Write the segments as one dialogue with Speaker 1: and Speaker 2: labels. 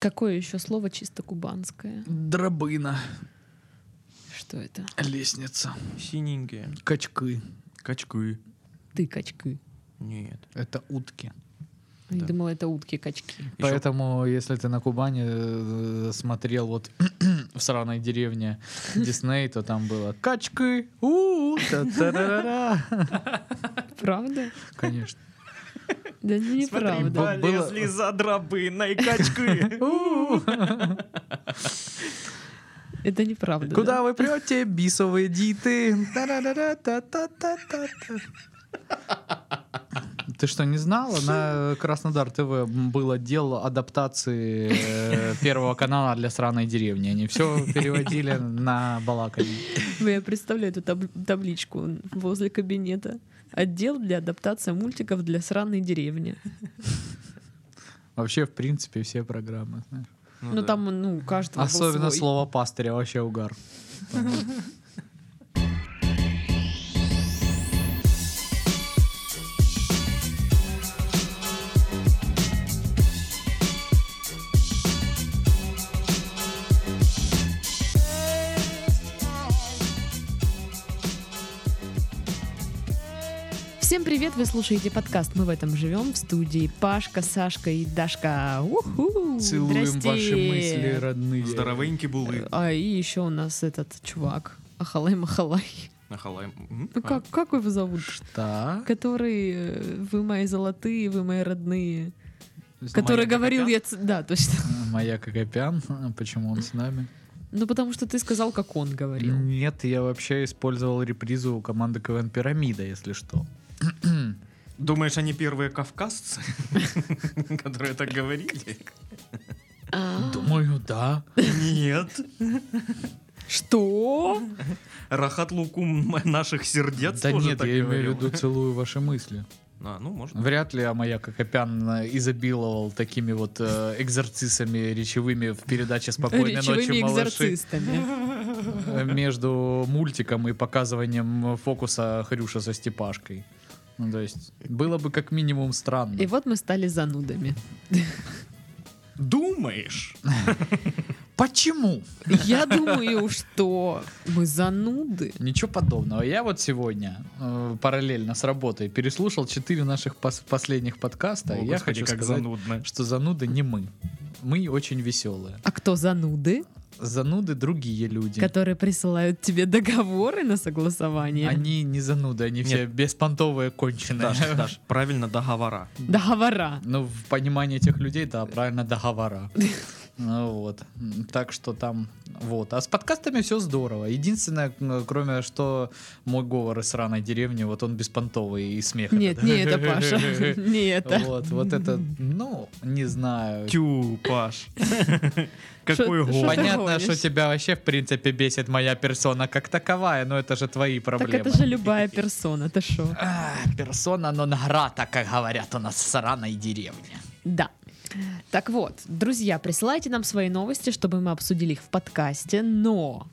Speaker 1: Какое еще слово чисто кубанское?
Speaker 2: Дробына,
Speaker 1: Что это?
Speaker 2: лестница,
Speaker 3: Синенькие.
Speaker 2: качки.
Speaker 3: Качки.
Speaker 1: Ты качки.
Speaker 3: Нет.
Speaker 2: Это утки.
Speaker 1: Я
Speaker 3: Да.
Speaker 1: думала, это утки-качки.
Speaker 3: Ещё-
Speaker 2: Поэтому, если ты на Кубани э, смотрел вот в сраной деревне Дисней, то там было качки, у
Speaker 1: Правда?
Speaker 2: Конечно.
Speaker 1: Да это
Speaker 3: Смотри,
Speaker 1: неправда.
Speaker 2: бо-
Speaker 3: полезли
Speaker 2: было-
Speaker 3: за дробыной качки.
Speaker 1: Ну,
Speaker 2: У.
Speaker 1: Это неправда.
Speaker 2: Куда вы прете, бисовые диты? Та-ра-ра-ра-та-та-та-та. Ты что, не знала? На Краснодар ТВ был отдел адаптации э, Первого канала для сраной деревни. Они все переводили на балакали.
Speaker 1: да? Ну, Я представляю эту таб- табличку возле кабинета. Отдел для адаптации мультиков для сраной деревни.
Speaker 2: Вообще, в принципе, все программы. знаешь.
Speaker 1: Ну там, ну, у каждого был
Speaker 2: Особенно
Speaker 1: свой.
Speaker 2: слово пастыря, вообще угар.
Speaker 1: Всем привет! Вы слушаете подкаст «Мы в этом живем» в студии Пашка, Сашка и Дашка. Уху!
Speaker 2: Целуем
Speaker 1: Здрасте!
Speaker 2: ваши мысли, родные.
Speaker 3: А Здоровенькие
Speaker 2: Э,
Speaker 3: булы.
Speaker 1: А и еще у нас этот чувак Ахалай Махалай.
Speaker 3: Нахалай.
Speaker 2: А
Speaker 1: Ну, Как, как его зовут?
Speaker 2: Что?
Speaker 1: Который э, вы мои золотые, вы мои родные.
Speaker 2: Моя-
Speaker 1: Который
Speaker 3: Маяк
Speaker 1: говорил я... ц- Да, точно.
Speaker 2: Маяк Акопян. Почему он с нами?
Speaker 1: Ну, потому что ты сказал, как он говорил.
Speaker 2: Нет, я вообще использовал репризу у команды КВН Пирамида, если что.
Speaker 3: Думаешь, они первые кавказцы, которые так говорили?
Speaker 2: А. Думаю, да.
Speaker 3: Нет.
Speaker 1: Что?
Speaker 3: Рахат Лукум наших сердец
Speaker 2: да
Speaker 3: тоже
Speaker 2: нет,
Speaker 3: так
Speaker 2: я
Speaker 3: говорил.
Speaker 2: имею в виду целую ваши мысли.
Speaker 3: А, ну, может.
Speaker 2: Вряд ли Маяк Акопян э, изобиловал такими вот э, экзорцисами речевыми в передаче «Спокойной ночи,
Speaker 1: Речевыми
Speaker 2: малыши».
Speaker 1: экзорцистами.
Speaker 2: э, между мультиком и показыванием фокуса Хрюша со Степашкой. Ну, то есть, было бы как минимум странно.
Speaker 1: И вот мы стали занудами.
Speaker 3: Думаешь?
Speaker 2: Почему?
Speaker 1: Я думаю, что мы зануды.
Speaker 2: Ничего подобного. Я вот сегодня э, параллельно с работой переслушал четыре наших пос- последних подкаста.
Speaker 3: О,
Speaker 2: и я
Speaker 3: господи,
Speaker 2: хочу
Speaker 3: как
Speaker 2: сказать,
Speaker 3: занудно.
Speaker 2: что зануды не мы. Мы очень веселые.
Speaker 1: А кто зануды,
Speaker 2: Зануды другие люди.
Speaker 1: которые присылают тебе договоры на согласование?
Speaker 2: Они не зануды, они все беспонтовые конченые.
Speaker 3: Даш, Даш, правильно договора.
Speaker 1: Договора.
Speaker 2: Ну, в понимании тех людей, да, правильно, договора. Ну вот. М, Так что там вот. А с подкастами все здорово. Единственное, м, кроме что мой говор из сраной деревни, вот он беспонтовый и смех.
Speaker 1: Нет,
Speaker 2: этот.
Speaker 1: не это, Паша. Не это.
Speaker 2: Вот, вот это, ну, не знаю.
Speaker 3: Тю, Паш. Какой
Speaker 1: Шо- шо-
Speaker 3: год.
Speaker 2: Понятно,
Speaker 1: Что ты А,
Speaker 2: что
Speaker 1: гонишь?
Speaker 2: тебя вообще, в принципе, бесит моя персона как таковая, но это же твои
Speaker 1: Так
Speaker 2: проблемы.
Speaker 1: это же любая персона, ты шо?
Speaker 2: А, персона нон грата, как говорят у нас в сраной деревне.
Speaker 1: Да. Так вот, друзья, присылайте нам свои новости, чтобы мы обсудили их в подкасте, но,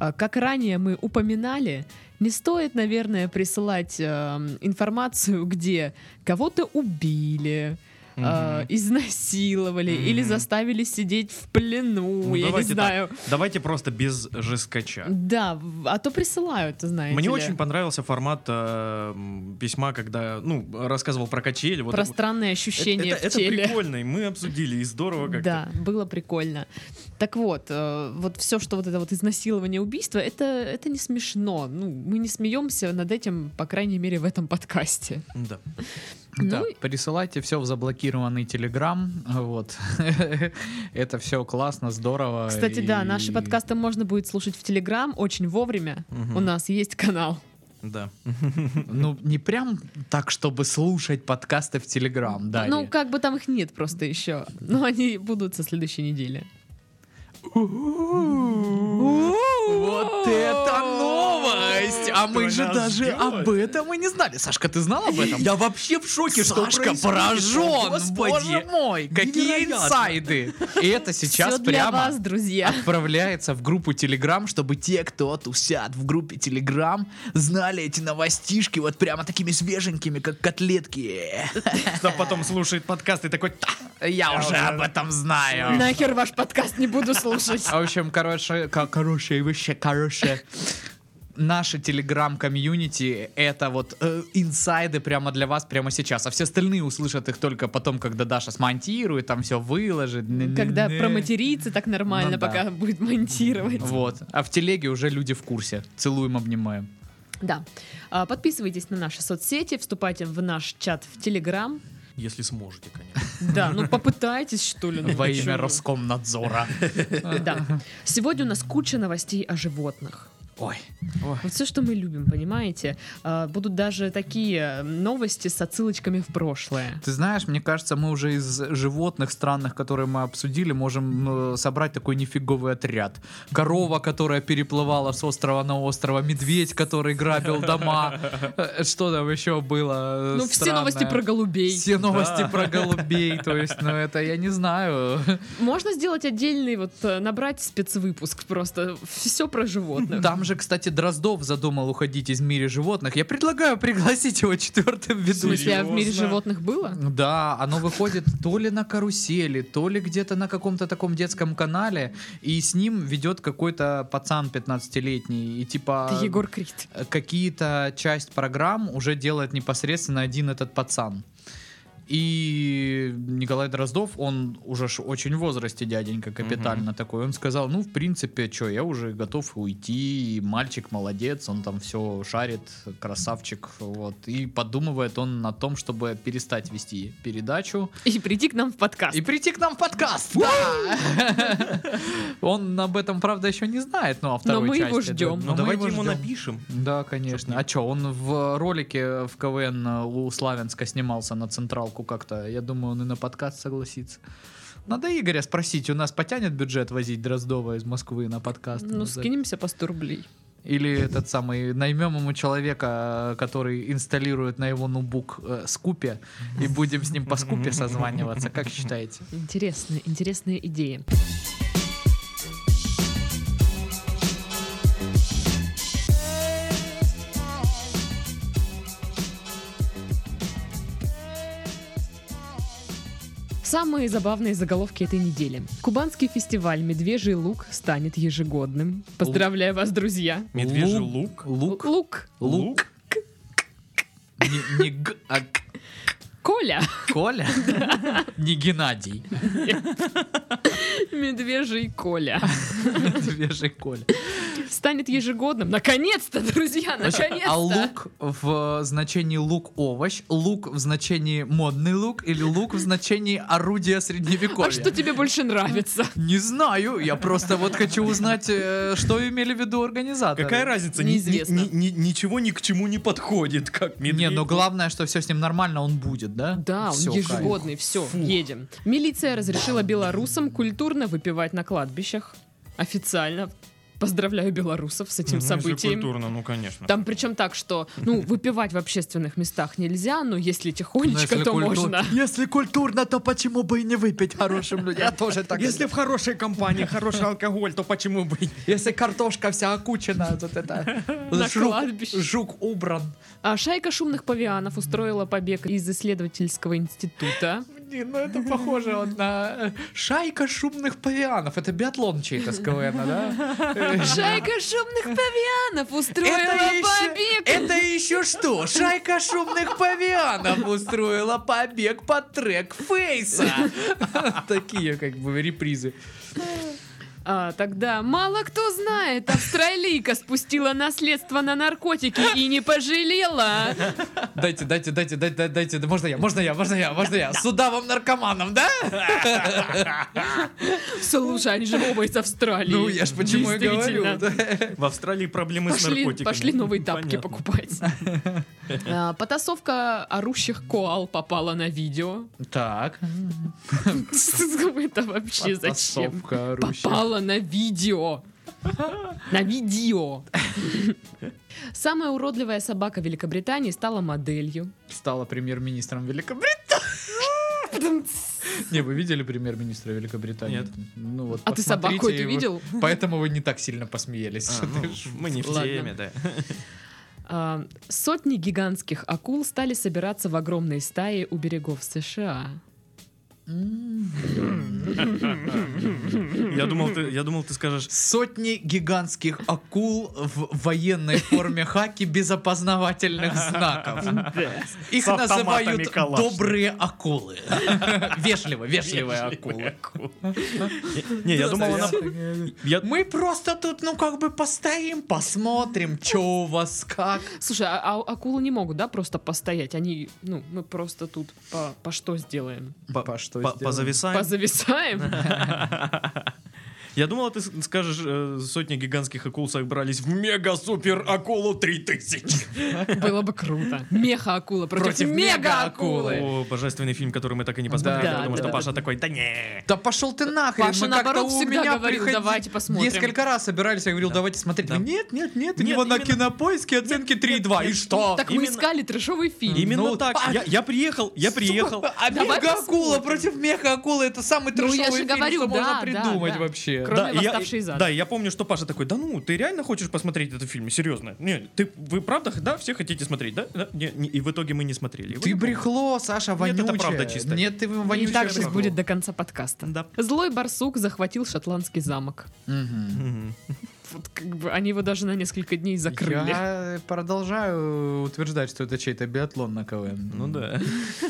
Speaker 1: э, как ранее мы упоминали, не стоит, наверное, присылать э, информацию, где кого-то убили, э,
Speaker 3: Мгм.
Speaker 1: изнасиловали
Speaker 3: Мгм.
Speaker 1: или заставили сидеть в плену,
Speaker 3: Ну,
Speaker 1: я не
Speaker 3: давайте
Speaker 1: знаю.
Speaker 3: Давайте просто без жескача.
Speaker 1: Да, в- а то присылают, знаете
Speaker 3: Мне
Speaker 1: ли.
Speaker 3: очень понравился формат э, м, письма, когда, ну, рассказывал про качели. Вот
Speaker 1: Про странные ощущения
Speaker 3: это,
Speaker 1: в
Speaker 3: это
Speaker 1: теле.
Speaker 3: прикольно, и мы обсудили, и здорово как-то.
Speaker 1: Да, было прикольно. Так вот, э, вот все, что вот это вот изнасилование, убийство, это, это не смешно. Ну, мы не смеемся над этим, по крайней мере, в этом подкасте.
Speaker 3: Да.
Speaker 2: Да,
Speaker 1: Ну,
Speaker 2: присылайте все в заблокированный Телеграм, вот. Это все классно, здорово.
Speaker 1: кстати, да, наши
Speaker 2: и-
Speaker 1: подкасты можно будет слушать в Телеграм очень вовремя.
Speaker 3: Мгм.
Speaker 1: У нас есть канал.
Speaker 3: Да.
Speaker 2: Ну, не прям так, чтобы слушать подкасты в Телеграм, да.
Speaker 1: Ну, как бы там их нет просто еще. Но они будут со следующей недели.
Speaker 2: Вот это новость! есть, а мы же
Speaker 3: нас
Speaker 2: даже
Speaker 3: ждет?
Speaker 2: об этом и не знали. Сашка, ты знал об этом?
Speaker 4: Я вообще в шоке, что
Speaker 2: Сашка
Speaker 4: происходит.
Speaker 2: поражен,
Speaker 4: Господи.
Speaker 2: боже мой, какие
Speaker 4: Невероятно.
Speaker 2: инсайды. И это сейчас
Speaker 1: Всё для
Speaker 2: прямо А,
Speaker 1: вас, друзья.
Speaker 2: отправляется в группу Телеграм, чтобы те, кто тусят в группе Телеграм, знали эти новостишки вот прямо такими свеженькими, как котлетки.
Speaker 3: Кто потом слушает подкаст и такой... «Та,
Speaker 2: Я уже об этом знаю.
Speaker 1: Нахер ваш подкаст не буду слушать.
Speaker 2: А В общем, короче, ко- короче, и вообще, короче. Наши телеграм-комьюнити — это вот э, инсайды прямо для вас прямо сейчас. А все остальные услышат их только потом, когда Даша смонтирует, там все выложит.
Speaker 1: Когда
Speaker 2: Н-н-н.
Speaker 1: про материться так нормально,
Speaker 2: Ну да.
Speaker 1: пока будет монтировать.
Speaker 2: Вот. А в телеге уже люди в курсе. Целуем, обнимаем.
Speaker 1: Да. А, Подписывайтесь на наши соцсети, вступайте в наш чат в Телеграм.
Speaker 3: Если сможете, конечно.
Speaker 1: Да, ну попытайтесь, что ли. ну
Speaker 2: Во
Speaker 1: почему?
Speaker 2: имя Роскомнадзора.
Speaker 1: Да. Сегодня у нас куча новостей о животных.
Speaker 2: Ой.
Speaker 1: Вот все, что мы любим, понимаете? А, Будут даже такие новости с отсылочками в прошлое.
Speaker 2: Ты знаешь, мне кажется, мы уже из животных странных, которые мы обсудили, можем э, собрать такой нифиговый отряд. Корова, которая переплывала с острова на острова, медведь, который грабил дома. Э, Что там еще было? э,
Speaker 1: Ну, все новости
Speaker 2: странное?
Speaker 1: про голубей.
Speaker 2: Все новости про голубей, то есть, ну это я не знаю.
Speaker 1: Можно сделать отдельный, вот э, набрать спецвыпуск просто. Все про животных.
Speaker 2: Там же, кстати, Дроздов задумал уходить из мира животных. Я предлагаю пригласить его четвертым
Speaker 1: В
Speaker 2: ведущим.
Speaker 1: смысле, а в мире
Speaker 3: Серьезно?
Speaker 1: животных было?
Speaker 2: Да, оно выходит то ли на карусели, то ли где-то на каком-то таком детском канале, и с ним ведет какой-то пацан 15-летний, и типа
Speaker 1: Ты Егор Крид.
Speaker 2: э, какие-то часть программ уже делает непосредственно один этот пацан. И Николай Дроздов, он уже ж очень в возрасте, дяденька, капитально такой, он сказал, ну, в принципе, что, я уже готов уйти, и мальчик молодец, он там все шарит, красавчик, вот. И подумывает он на том, чтобы перестать вести передачу,
Speaker 1: И приди к нам в
Speaker 3: А
Speaker 1: подкаст.
Speaker 2: и прийти к нам в подкаст. да. Он об этом, правда, еще не знает, ну, а второй
Speaker 1: мы его
Speaker 2: части, да.
Speaker 1: ждём.
Speaker 2: Но
Speaker 3: Ну
Speaker 2: мы
Speaker 3: давайте
Speaker 2: его
Speaker 3: ему
Speaker 2: ждём.
Speaker 3: напишем.
Speaker 2: Да, конечно.
Speaker 3: не-
Speaker 2: А что, он в ролике в КВН э, у Славянска снимался на централку как-то. Я думаю, он и на подкаст согласится. Надо Игоря спросить, у нас потянет бюджет возить Дроздова из Москвы на подкаст?
Speaker 1: Ну,
Speaker 2: На-
Speaker 1: скинемся по 100 рублей.
Speaker 2: Или этот самый, наймем ему человека, э, который инсталирует на его нубук э, скупе, и будем с ним по скупе созваниваться, как считаете?
Speaker 1: Интересные, интересные идеи. Самые забавные заголовки этой недели. Кубанский фестиваль «Медвежий лук» станет ежегодным. Поздравляю вас, друзья.
Speaker 3: Медвежий лук.
Speaker 2: Лук.
Speaker 1: Лук.
Speaker 2: Лук. Не, не г, а к.
Speaker 1: Коля.
Speaker 2: Коля? Не Геннадий.
Speaker 1: Медвежий Коля.
Speaker 2: Свежий Коля.
Speaker 1: Станет ежегодным. Наконец-то, друзья, наконец-то.
Speaker 2: А лук в э, значении лук-овощ, лук в значении модный лук или лук в значении орудия средневековья?
Speaker 1: А что тебе больше нравится?
Speaker 2: Не знаю, я просто вот хочу узнать, э, что имели в виду организаторы.
Speaker 3: Какая разница? Ни- ни-
Speaker 1: Неизвестно.
Speaker 3: ни- ни- Ничего ни к чему не подходит, как медведь.
Speaker 2: Не, но главное, что все с ним нормально, он будет, да?
Speaker 1: Да, он
Speaker 2: Всё, кайф.
Speaker 1: ежегодный, все, едем. Милиция разрешила белорусам культурно выпивать на кладбищах. Официально. Поздравляю белорусов с этим
Speaker 3: Ну, если
Speaker 1: событием.
Speaker 3: культурно, ну конечно.
Speaker 1: Там причем так, что, ну, выпивать в общественных местах нельзя, но если
Speaker 2: Ну,
Speaker 1: тихонечко,
Speaker 2: если
Speaker 1: то
Speaker 2: культур-
Speaker 1: можно.
Speaker 2: Если культурно, то почему бы и не выпить хорошим людям? Я тоже так.
Speaker 3: Если в хорошей компании хороший алкоголь, то почему бы и не?
Speaker 2: Если картошка вся окучена, вот это
Speaker 1: На
Speaker 2: жук-
Speaker 1: кладбище.
Speaker 2: жук убран.
Speaker 1: А шайка шумных павианов устроила побег из исследовательского института.
Speaker 2: Блин, ну это похоже вот на э, шайка шумных павианов. Это биатлон чей-то с КВН, да? Э,
Speaker 1: Шайка шумных павианов устроила
Speaker 2: Это еще,
Speaker 1: побег.
Speaker 2: это еще что? Шайка шумных павианов устроила побег под трек Фейса. Такие как бы репризы.
Speaker 1: А, тогда мало кто знает, австралийка спустила наследство на наркотики и не пожалела.
Speaker 2: Дайте, дайте, дайте, дайте, дайте, дайте. Да Можно я, можно я, можно я, можно я. Сюда вам наркоманам, да?
Speaker 1: Слушай, они же оба из Австралии.
Speaker 2: Ну, я ж почему и говорю.
Speaker 1: Действительно.
Speaker 3: В Австралии проблемы с
Speaker 1: Пошли,
Speaker 3: наркотиками.
Speaker 1: пошли новые тапки
Speaker 3: Понятно.
Speaker 1: покупать. А, Потасовка орущих коал попала на видео.
Speaker 2: Так.
Speaker 1: Это вообще зачем?
Speaker 2: Потасовка орущих.
Speaker 1: Попала на видео. На видео. Самая уродливая собака Великобритании стала моделью.
Speaker 2: Стала премьер-министром Великобритании. Не, вы видели премьер-министра Великобритании?
Speaker 3: Нет.
Speaker 2: Ну вот.
Speaker 1: А ты собаку эту
Speaker 2: посмотрите, и вы-
Speaker 1: видел?
Speaker 2: Поэтому вы не так сильно посмеялись.
Speaker 3: А, ну, Мы не в
Speaker 1: Ладно.
Speaker 3: теме, да.
Speaker 1: А, Сотни гигантских акул стали собираться в огромные стаи у берегов США.
Speaker 2: М.
Speaker 3: Я думал, ты, я думал, ты скажешь,
Speaker 2: Сотни гигантских акул в военной форме хаки без опознавательных знаков. Их
Speaker 4: С автоматами
Speaker 2: называют
Speaker 4: Калашникова.
Speaker 2: добрые акулы. Вежливо, вежливые акулы.
Speaker 3: Не, я думал, она... Я...
Speaker 2: Мы просто тут, ну, как бы постоим, посмотрим, что у вас как.
Speaker 1: Слушай, а, а акулы не могут, да, просто постоять? Они, ну, мы просто тут по, по что сделаем?
Speaker 2: По- что
Speaker 3: по-
Speaker 1: э,
Speaker 2: сделаем?
Speaker 3: Позависаем.
Speaker 1: Позависаем?
Speaker 3: Я думал, ты с- скажешь, э, сотни гигантских акул собрались в мега-супер-акулу 3000.
Speaker 1: Было бы круто. Меха-акула против,
Speaker 2: Против мега-акулы.
Speaker 1: мега-акулы.
Speaker 3: О, божественный фильм, который мы так и не посмотрели,
Speaker 1: Да,
Speaker 3: потому
Speaker 1: да,
Speaker 3: что
Speaker 1: да,
Speaker 3: Паша такой, да не.
Speaker 2: Да пошел ты нахрен.
Speaker 1: Паша,
Speaker 2: мы как-то
Speaker 1: наоборот,
Speaker 2: у
Speaker 1: всегда
Speaker 2: меня
Speaker 1: говорил,
Speaker 2: приходи-
Speaker 1: «Давайте посмотрим».
Speaker 2: Несколько раз собирались, я говорил, давайте смотреть.
Speaker 3: Да.
Speaker 2: Нет, нет, нет, у
Speaker 3: Нет,
Speaker 2: него на
Speaker 3: именно-
Speaker 2: кинопоиске оценки 3,2. И
Speaker 3: нет,
Speaker 2: что?
Speaker 1: ну Так мы
Speaker 3: именно-
Speaker 1: искали трэшовый фильм.
Speaker 3: Именно
Speaker 2: Ну,
Speaker 3: так.
Speaker 2: а-
Speaker 3: Я, я приехал, я приехал.
Speaker 2: А
Speaker 1: Давай
Speaker 2: мега-акула
Speaker 1: посмотрим.
Speaker 2: против меха-акулы это самый
Speaker 1: Ну, я
Speaker 2: трешовый
Speaker 1: же
Speaker 2: фильм,
Speaker 1: говорю,
Speaker 2: что
Speaker 1: да,
Speaker 2: можно
Speaker 1: да,
Speaker 2: придумать
Speaker 1: да.
Speaker 2: вообще.
Speaker 1: Кроме
Speaker 3: и я-
Speaker 1: «Восставший из ада».
Speaker 3: да, и я помню, что Паша такой, да ну, ты реально хочешь посмотреть этот фильм, серьезно? Не, ты, вы правда, да, все хотите смотреть, да? Да, не, не». и в итоге мы не смотрели. И в
Speaker 2: Ты
Speaker 3: итоге-
Speaker 2: брехло, Саша,
Speaker 3: Нет, это
Speaker 2: вонючая.
Speaker 3: правда чисто.
Speaker 2: Нет, ты
Speaker 1: И
Speaker 2: вонючая.
Speaker 1: так сейчас
Speaker 2: брехло.
Speaker 1: будет до конца подкаста.
Speaker 3: Да.
Speaker 1: Злой барсук захватил шотландский замок.
Speaker 2: Мгм.
Speaker 3: Мгм.
Speaker 1: Вот как бы они его даже на несколько дней закрыли.
Speaker 2: Я продолжаю утверждать, что это чей-то биатлон на КВН.
Speaker 3: Ну да.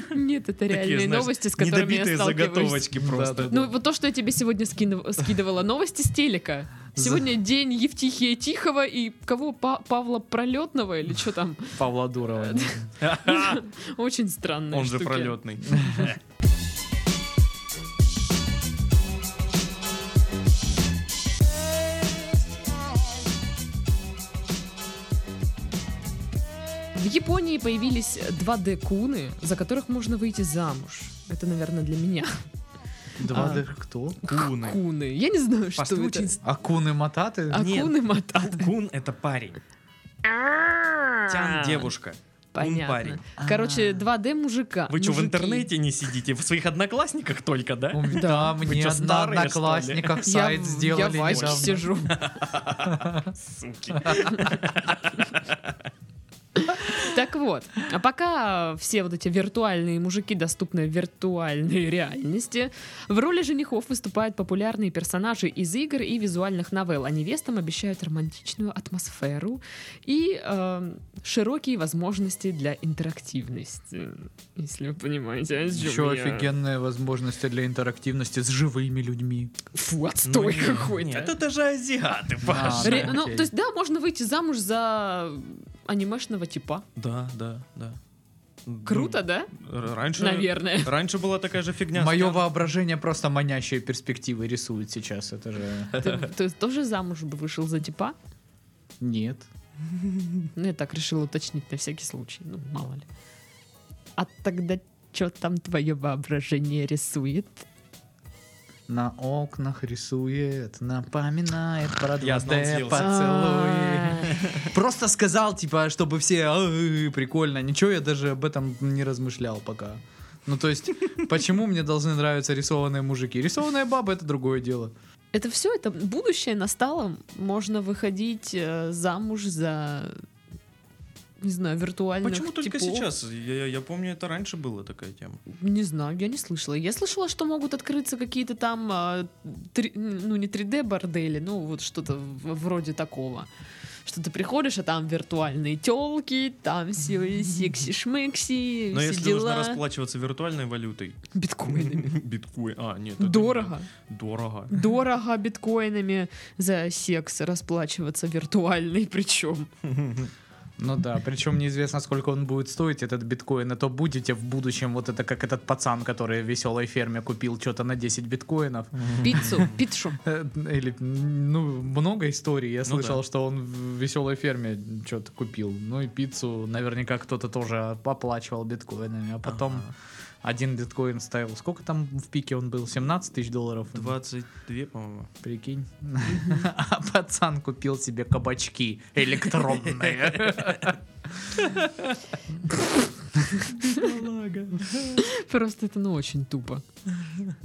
Speaker 1: Нет, это
Speaker 3: Такие,
Speaker 1: реальные
Speaker 3: знаешь,
Speaker 1: новости, с которыми я
Speaker 3: недобитые
Speaker 1: сталкиваюсь.
Speaker 3: заготовочки
Speaker 2: Да,
Speaker 3: просто.
Speaker 2: да, да.
Speaker 1: Ну, вот то, что я тебе сегодня скину- скидывала. Новости с телека.
Speaker 2: За-
Speaker 1: Сегодня день Евтихия Тихого и кого? Па- Павла Пролетного или что там?
Speaker 2: Павла Дурова.
Speaker 1: Очень странные
Speaker 3: Он же
Speaker 1: штуки.
Speaker 3: пролетный.
Speaker 1: В Японии появились 2D-куны, за которых можно выйти замуж. Это, наверное, для меня.
Speaker 2: Два
Speaker 1: А.
Speaker 2: Д кто?
Speaker 3: Куны.
Speaker 1: Куны. Я не знаю, что А
Speaker 3: Паш, ты
Speaker 1: это.
Speaker 3: очень с-
Speaker 2: Акуны Мататы?
Speaker 3: Нет.
Speaker 1: Акуны мата.
Speaker 3: Кун — это парень.
Speaker 1: А.
Speaker 3: Тян — девушка. Кун — парень.
Speaker 1: Понятно. Короче, 2D мужика.
Speaker 3: Вы что, в
Speaker 1: мужики.
Speaker 3: интернете не сидите? В своих одноклассниках только, да? Ну,
Speaker 2: У меня- Да, мне
Speaker 3: чё,
Speaker 2: на
Speaker 3: старые, что ли?
Speaker 2: одноклассниках
Speaker 1: Я
Speaker 2: сайт
Speaker 1: в-
Speaker 2: сделали
Speaker 1: Я в Аське
Speaker 2: недавно.
Speaker 1: сижу.
Speaker 3: Суки.
Speaker 1: Так вот, а пока все вот эти виртуальные мужики доступны в виртуальной реальности, в роли женихов выступают популярные персонажи из игр и визуальных новелл, а невестам обещают романтичную атмосферу и э, широкие возможности для интерактивности. Если вы понимаете, о чём
Speaker 2: Еще
Speaker 1: я.
Speaker 2: офигенные возможности для интерактивности с живыми людьми.
Speaker 1: Фу,
Speaker 3: Ну,
Speaker 1: отстой
Speaker 3: нет,
Speaker 1: какой-то.
Speaker 3: нет, Это даже азиаты,
Speaker 2: Да.
Speaker 3: Паша.
Speaker 1: Ре- ну,
Speaker 2: Окей.
Speaker 1: то есть, да, можно выйти замуж за анимешного типа.
Speaker 3: Да, да, да.
Speaker 1: Круто, да?
Speaker 3: Ну, р- Раньше...
Speaker 1: Наверное.
Speaker 3: Раньше была такая же фигня.
Speaker 2: Мое
Speaker 3: Стан-
Speaker 2: воображение просто манящие перспективы рисует сейчас. Это же
Speaker 1: Ты, ты тоже замуж бы вышел за типа?
Speaker 2: нет.
Speaker 1: Ну, я так решила уточнить на всякий случай. Ну, мало ли. А тогда что там твое воображение рисует?
Speaker 2: На окнах рисует, напоминает про
Speaker 3: Я
Speaker 2: 2D
Speaker 3: сналдился.
Speaker 2: поцелуи.
Speaker 1: Ай.
Speaker 2: Просто сказал, типа, чтобы все «Ай, прикольно. Ничего, я даже об этом не размышлял пока. Ну, то есть, почему мне должны нравиться рисованные мужики? Рисованная баба — это другое дело.
Speaker 1: Это все, это будущее настало. Можно выходить э, замуж за, не знаю, виртуальных
Speaker 3: Почему только
Speaker 1: типов.
Speaker 3: сейчас? Я, я- я помню, это раньше была такая тема.
Speaker 1: Не знаю, я не слышала. Я слышала, что могут открыться какие-то там, а, три- ну не 3D бордели, ну вот что-то в- вроде такого. Что ты приходишь, а там виртуальные телки, там все секси-шмекси,
Speaker 3: Но
Speaker 1: все
Speaker 3: если нужно
Speaker 1: дела.
Speaker 3: расплачиваться виртуальной валютой,
Speaker 1: Биткоинами.
Speaker 3: биткоин... А, нет. это не-
Speaker 1: Дорого.
Speaker 3: Дорого.
Speaker 1: Дорого биткоинами за секс расплачиваться виртуальный причем.
Speaker 2: Ну да, причем неизвестно, сколько он будет стоить, этот биткоин, а то будете в будущем вот это как этот пацан, который в веселой ферме купил что-то на 10 биткоинов.
Speaker 1: Пиццу, пиццу.
Speaker 2: Э, Или, ну, много историй. Я
Speaker 3: Ну
Speaker 2: слышал,
Speaker 3: да.
Speaker 2: что он в веселой ферме что-то купил. Ну и пиццу наверняка кто-то тоже оплачивал биткоинами, а потом
Speaker 3: Ага.
Speaker 2: Один биткоин стоил, сколько там в пике он был? 17 тысяч долларов.
Speaker 3: 22, по-моему.
Speaker 2: Прикинь. А пацан купил себе кабачки электронные.
Speaker 1: Просто это ну очень тупо.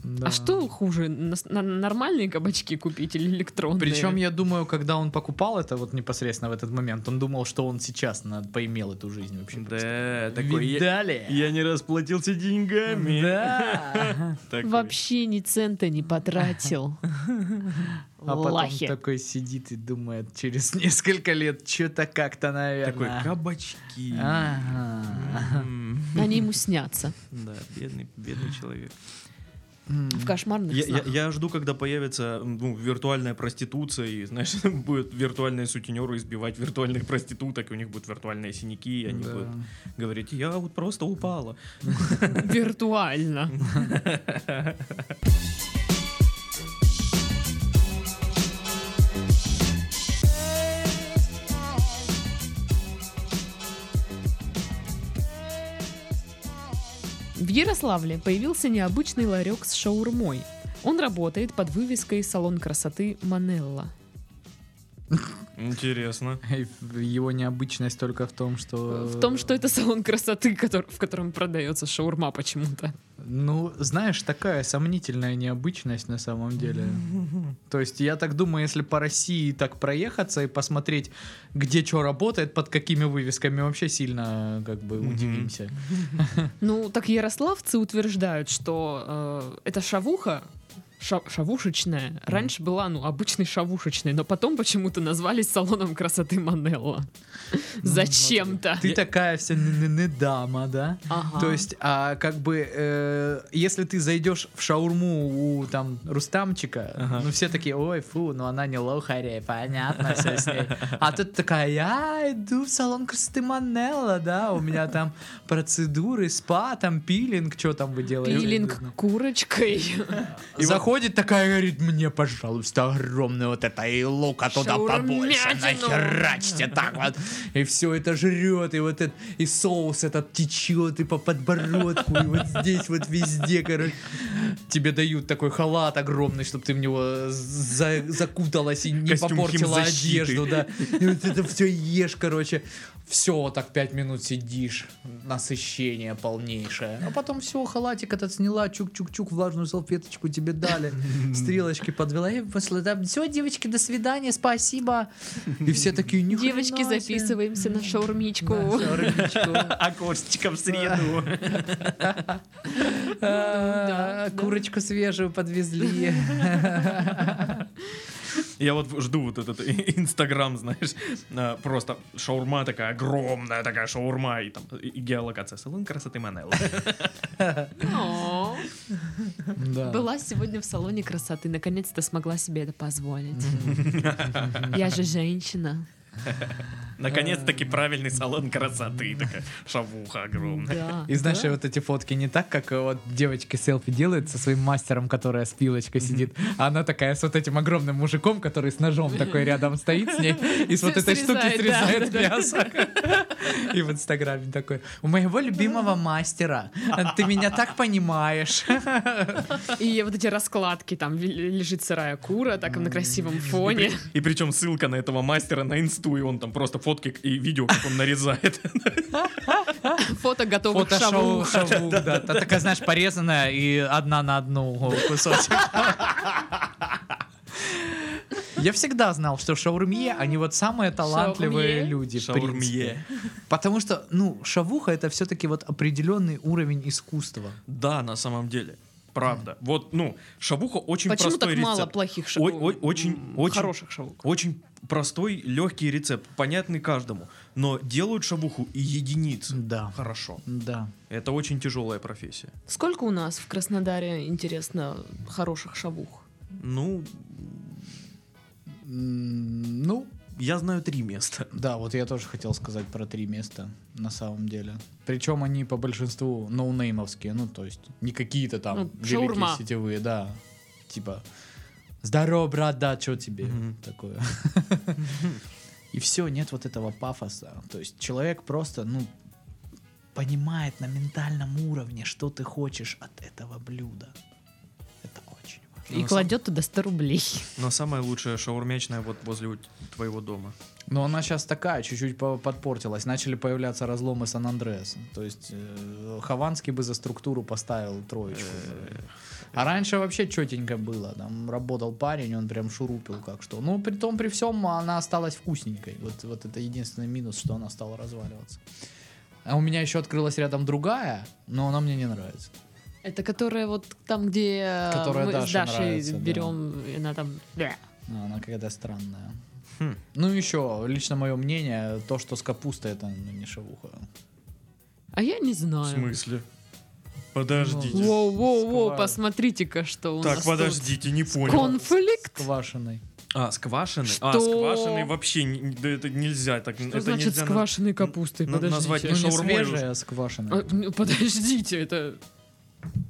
Speaker 2: Да.
Speaker 1: А что хуже, нас- на- нормальные кабачки купить или электронные?
Speaker 2: Причем, я думаю, когда он покупал это вот непосредственно в этот момент, он думал, что он сейчас на- поимел эту жизнь вообще. просто.
Speaker 3: Да, такой... Я,
Speaker 2: Видали?
Speaker 3: я не расплатился деньгами.
Speaker 2: Да.
Speaker 3: Такой.
Speaker 1: вообще ни цента не потратил.
Speaker 2: А потом
Speaker 1: Лахи.
Speaker 2: такой сидит и думает через несколько лет, что-то как-то,
Speaker 3: Такой,
Speaker 2: наверное.
Speaker 3: кабачки.
Speaker 2: А. Ага.
Speaker 3: М,
Speaker 1: Они ему снятся
Speaker 3: Да, бедный, бедный человек.
Speaker 2: М.
Speaker 1: в кошмарных
Speaker 3: Я, я-
Speaker 1: снах.
Speaker 3: я жду, когда появится м, ну, виртуальная проституция, и, знаешь, будут виртуальные сутенеры избивать виртуальных проституток, и у них будут виртуальные синяки, и они
Speaker 2: Да.
Speaker 3: будут говорить, я вот просто упала.
Speaker 1: Виртуально. В Ярославле появился необычный ларек с шаурмой. Он работает под вывеской «Салон красоты Манелла».
Speaker 3: Интересно.
Speaker 2: И в- Его необычность только в том, что...
Speaker 1: В том, что это салон красоты, котор- в котором продается шаурма почему-то.
Speaker 2: Ну, знаешь, такая сомнительная необычность на самом деле. То есть, я так думаю, если по России так проехаться и посмотреть, где что работает, под какими вывесками, вообще сильно как бы
Speaker 3: Мгм.
Speaker 2: удивимся.
Speaker 1: Ну, так ярославцы утверждают, что э, эта шавуха ша- шавушечная. Раньше была, ну, обычной шавушечной, но потом почему-то назвались салоном красоты Манелла. Ну, Зачем-то.
Speaker 2: Ты такая вся не дама, да?
Speaker 1: Ага.
Speaker 2: То есть, а как бы, э, если ты зайдешь в шаурму у там Рустамчика,
Speaker 3: Ага.
Speaker 2: ну все такие, ой, фу, ну она не лохаря, понятно все с ней. А тут такая, я иду в салон красоты Манелла, да, у меня там процедуры, спа, там пилинг, что там вы
Speaker 1: э,
Speaker 2: делаете?
Speaker 1: Пилинг курочкой,
Speaker 2: И Заходит такая, говорит, мне, пожалуйста, огромный вот это и лука туда побольше,
Speaker 1: Шаурмятину.
Speaker 2: нахерачьте так вот. И все это жрет, и вот этот, и соус этот течет, и по подбородку, и вот здесь вот везде, короче. Тебе дают такой халат огромный, чтобы ты в него за- закуталась и не
Speaker 3: Костюм
Speaker 2: попортила
Speaker 3: химзащиты.
Speaker 2: одежду, да. И вот это все ешь, короче. Все, вот так пять минут сидишь, насыщение полнейшее. А потом все, халатик этот сняла, чук-чук-чук, влажную салфеточку тебе дали, стрелочки подвела. И после там, все, девочки, до свидания, спасибо. И все такие, не
Speaker 1: девочки, записываемся на шаурмичку.
Speaker 3: Окошечко в среду.
Speaker 1: да, да.
Speaker 2: А, Курочку свежую подвезли.
Speaker 3: Я вот жду вот этот и- инстаграм, знаешь, а, просто шаурма такая огромная, такая шаурма, и там и- и геолокация. Салон красоты Манелла.
Speaker 1: О,
Speaker 2: Да.
Speaker 1: Была сегодня в салоне красоты, наконец-то смогла себе это позволить. Я же женщина.
Speaker 3: Наконец-таки правильный салон красоты. Такая шавуха огромная.
Speaker 1: Да.
Speaker 2: И знаешь,
Speaker 1: А, Да.
Speaker 2: вот эти фотки не так, как э, вот девочки селфи делают со своим мастером, которая с пилочкой сидит. А она такая с вот этим огромным мужиком, который с ножом такой рядом стоит с ней, и с вот
Speaker 1: С-
Speaker 2: этой штуки
Speaker 1: срезает, да,
Speaker 2: срезает
Speaker 1: да, да.
Speaker 2: мясо. И в инстаграме такой, у моего любимого мастера, ты меня так понимаешь.
Speaker 1: И вот эти раскладки, там ви- лежит сырая кура, так на красивом фоне.
Speaker 3: И причем ссылка на этого мастера на инсту, и он там просто фотки и видео, как он нарезает.
Speaker 1: Фото готовых
Speaker 2: Фотошоу,
Speaker 1: шавух.
Speaker 2: шавух, да. Та Такая, знаешь, порезанная и одна на одну кусочек. Я всегда знал, что шаурмье, они вот самые талантливые
Speaker 1: Шаурмье?
Speaker 2: люди. в принципе. Потому что, ну, шавуха это все-таки вот определенный уровень искусства.
Speaker 3: Да, на самом деле. Правда. Вот, ну, шавуха очень
Speaker 1: Почему
Speaker 3: простой
Speaker 1: так мало
Speaker 3: рецепт.
Speaker 1: плохих
Speaker 3: Ой- ой-
Speaker 1: шавух?
Speaker 3: очень, очень,
Speaker 1: Хороших шавух.
Speaker 3: Очень простой, легкий рецепт, понятный каждому. Но делают шавуху и единицы.
Speaker 2: Да.
Speaker 3: Хорошо.
Speaker 2: Да.
Speaker 3: Это очень тяжелая профессия.
Speaker 1: Сколько у нас в Краснодаре, интересно, хороших шавух?
Speaker 3: Ну,
Speaker 2: М, Ну,
Speaker 3: я знаю три места.
Speaker 2: да, вот я тоже хотел сказать про три места на самом деле. Причем они по большинству ноунеймовские, ну, то есть не какие-то там
Speaker 1: Ну,
Speaker 2: великие
Speaker 1: шаурма.
Speaker 2: сетевые, да. Типа, здорово, брат, да, что тебе?
Speaker 3: Мгм.
Speaker 2: Такое. И все, нет вот этого пафоса. То есть человек просто, ну, понимает на ментальном уровне, что ты хочешь от этого блюда. Это очень важно.
Speaker 1: И
Speaker 3: Ну,
Speaker 1: кладет туда 100 рублей.
Speaker 3: Но самое лучшее шаурмячное вот возле у- твоего дома.
Speaker 2: Но она сейчас такая, чуть-чуть по- подпортилась. Начали появляться разломы Сан-Андреас. То есть э, Хованский бы за структуру поставил троечку.
Speaker 3: Э,
Speaker 2: А раньше вообще четенько было. Там работал парень, он прям шурупил как что. Ну, при том, при всем, она осталась вкусненькой. Вот, вот это единственный минус, что она стала разваливаться. А у меня еще открылась рядом другая, но она мне не нравится.
Speaker 1: Это которая вот там, где э,
Speaker 2: Которая
Speaker 1: мы с
Speaker 2: Даше
Speaker 1: Дашей
Speaker 2: нравится, да.
Speaker 1: берем, и она там... «Бля».
Speaker 2: Но она какая-то странная.
Speaker 3: Хм.
Speaker 2: Ну, еще, лично мое мнение, то, что с капустой, это ну, не шавуха.
Speaker 1: А я не
Speaker 3: В
Speaker 1: знаю.
Speaker 3: смысле? Подождите.
Speaker 1: Воу-воу-воу,
Speaker 2: Скважина.
Speaker 1: посмотрите-ка, что у
Speaker 3: Так,
Speaker 1: нас
Speaker 3: подождите, не
Speaker 1: тут.
Speaker 3: понял.
Speaker 1: Конфликт?
Speaker 2: С квашеной.
Speaker 3: А, сквашенный? А,
Speaker 1: Что?
Speaker 3: сквашенный вообще, не- да это нельзя. Так,
Speaker 1: Что значит с квашеной капустой?
Speaker 3: на- назвать
Speaker 1: Подождите.
Speaker 2: Ну, не
Speaker 3: шаурмой уж.
Speaker 2: свежая, а с
Speaker 1: А,
Speaker 2: квашеной.
Speaker 1: ну, Подождите, это...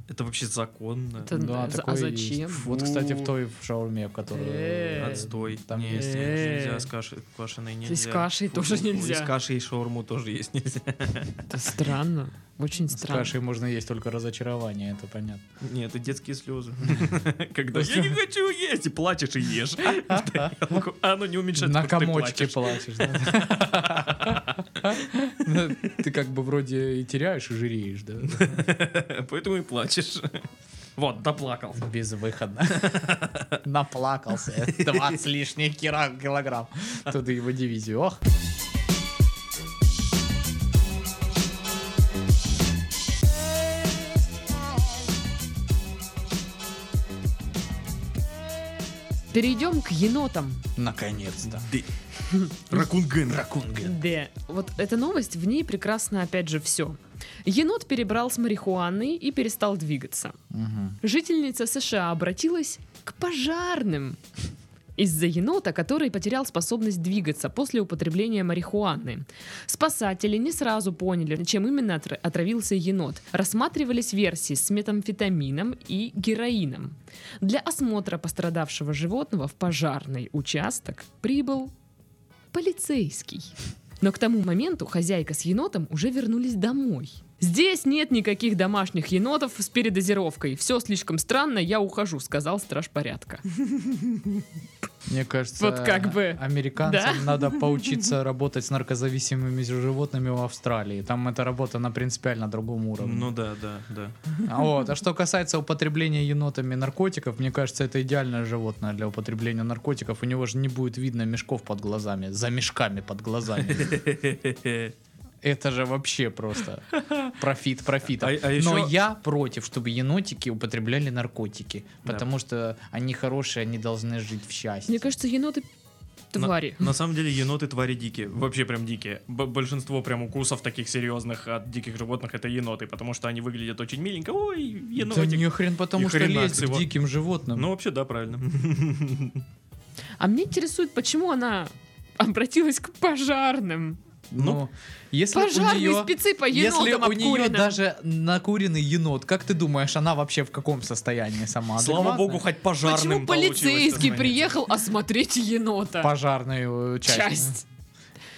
Speaker 3: Это вообще законно.
Speaker 1: Это-
Speaker 2: Да,
Speaker 1: а за-
Speaker 2: такое
Speaker 1: а
Speaker 2: есть.
Speaker 1: зачем?
Speaker 2: Вот, кстати, в той в шаурме, в которой...
Speaker 1: Э.
Speaker 3: Отстой.
Speaker 2: Там
Speaker 3: не,
Speaker 2: есть.
Speaker 3: с ним нельзя,
Speaker 1: Э.
Speaker 3: с кашей, квашеной нельзя.
Speaker 1: с кашей тоже нельзя.
Speaker 3: И с кашей и шаурму тоже есть нельзя.
Speaker 1: Это странно. Очень
Speaker 2: С
Speaker 1: странно.
Speaker 2: кашей можно есть только разочарование, это понятно.
Speaker 3: Нет, это детские слезы. Когда я не хочу есть, и плачешь, и ешь. В тарелку. А оно не уменьшается,
Speaker 2: На
Speaker 3: потому что
Speaker 2: комочке
Speaker 3: ты плачешь.
Speaker 2: плачешь. да. Ну, Ты как бы вроде и теряешь, и жиреешь, да?
Speaker 3: Поэтому и плачешь. Вот, доплакал.
Speaker 2: Безвыходно. Наплакался. 20 лишних кира- килограмм. Тут и его дивизию. Ох.
Speaker 1: Перейдем к енотам.
Speaker 2: Наконец-то.
Speaker 3: Ракунген.
Speaker 1: Да. Вот эта новость, в ней прекрасно, опять же, все. Енот перебрал с марихуаной и перестал двигаться.
Speaker 2: Мгм.
Speaker 1: Жительница США обратилась к пожарным из-за енота, который потерял способность двигаться после употребления марихуаны. Спасатели не сразу поняли, чем именно отр- отравился енот. Рассматривались версии с метамфетамином и героином. Для осмотра пострадавшего животного в пожарный участок прибыл полицейский. Но к тому моменту хозяйка с енотом уже вернулись домой. «Здесь нет никаких домашних енотов с передозировкой. Все слишком странно, я ухожу», — сказал страж порядка.
Speaker 2: Мне кажется,
Speaker 1: Вот как бы.
Speaker 2: американцам
Speaker 1: Да.
Speaker 2: надо поучиться работать с наркозависимыми животными в Австралии. Там эта работа на принципиально другом уровне.
Speaker 3: Ну да, да, да.
Speaker 2: А Вот. А что касается употребления енотами наркотиков, мне кажется, это идеальное животное для употребления наркотиков. У него же не будет видно мешков под глазами, за мешками под глазами. Это же вообще просто профит профита.
Speaker 3: А- а
Speaker 2: Но
Speaker 3: еще-
Speaker 2: я против, чтобы енотики употребляли наркотики,
Speaker 3: Да.
Speaker 2: потому что они хорошие, они должны жить в счастье.
Speaker 1: Мне кажется, еноты твари.
Speaker 3: На, на самом деле еноты твари дикие, вообще прям дикие. Б- большинство прям укусов таких серьезных от диких животных это еноты, потому что они выглядят очень миленько. Ой,
Speaker 2: да
Speaker 3: енотик.
Speaker 2: не хрен, потому
Speaker 3: И
Speaker 2: что
Speaker 3: ну хрена
Speaker 2: лезть к
Speaker 3: всего.
Speaker 2: диким животным.
Speaker 3: Ну вообще да, правильно.
Speaker 1: А меня интересует, почему она обратилась к пожарным.
Speaker 2: Ну, если у
Speaker 1: Пожарные
Speaker 2: нее...
Speaker 1: спецы по енотам
Speaker 2: Если у нее
Speaker 1: а обкуренным.
Speaker 2: даже накуренный енот, как ты думаешь, она вообще в каком состоянии сама?
Speaker 3: Слава
Speaker 2: Адекватная?
Speaker 3: богу, хоть
Speaker 1: Почему
Speaker 3: пожарным
Speaker 1: полицейский
Speaker 3: получилось.
Speaker 1: приехал осмотреть енота?
Speaker 2: пожарную э, часть.
Speaker 1: Часть.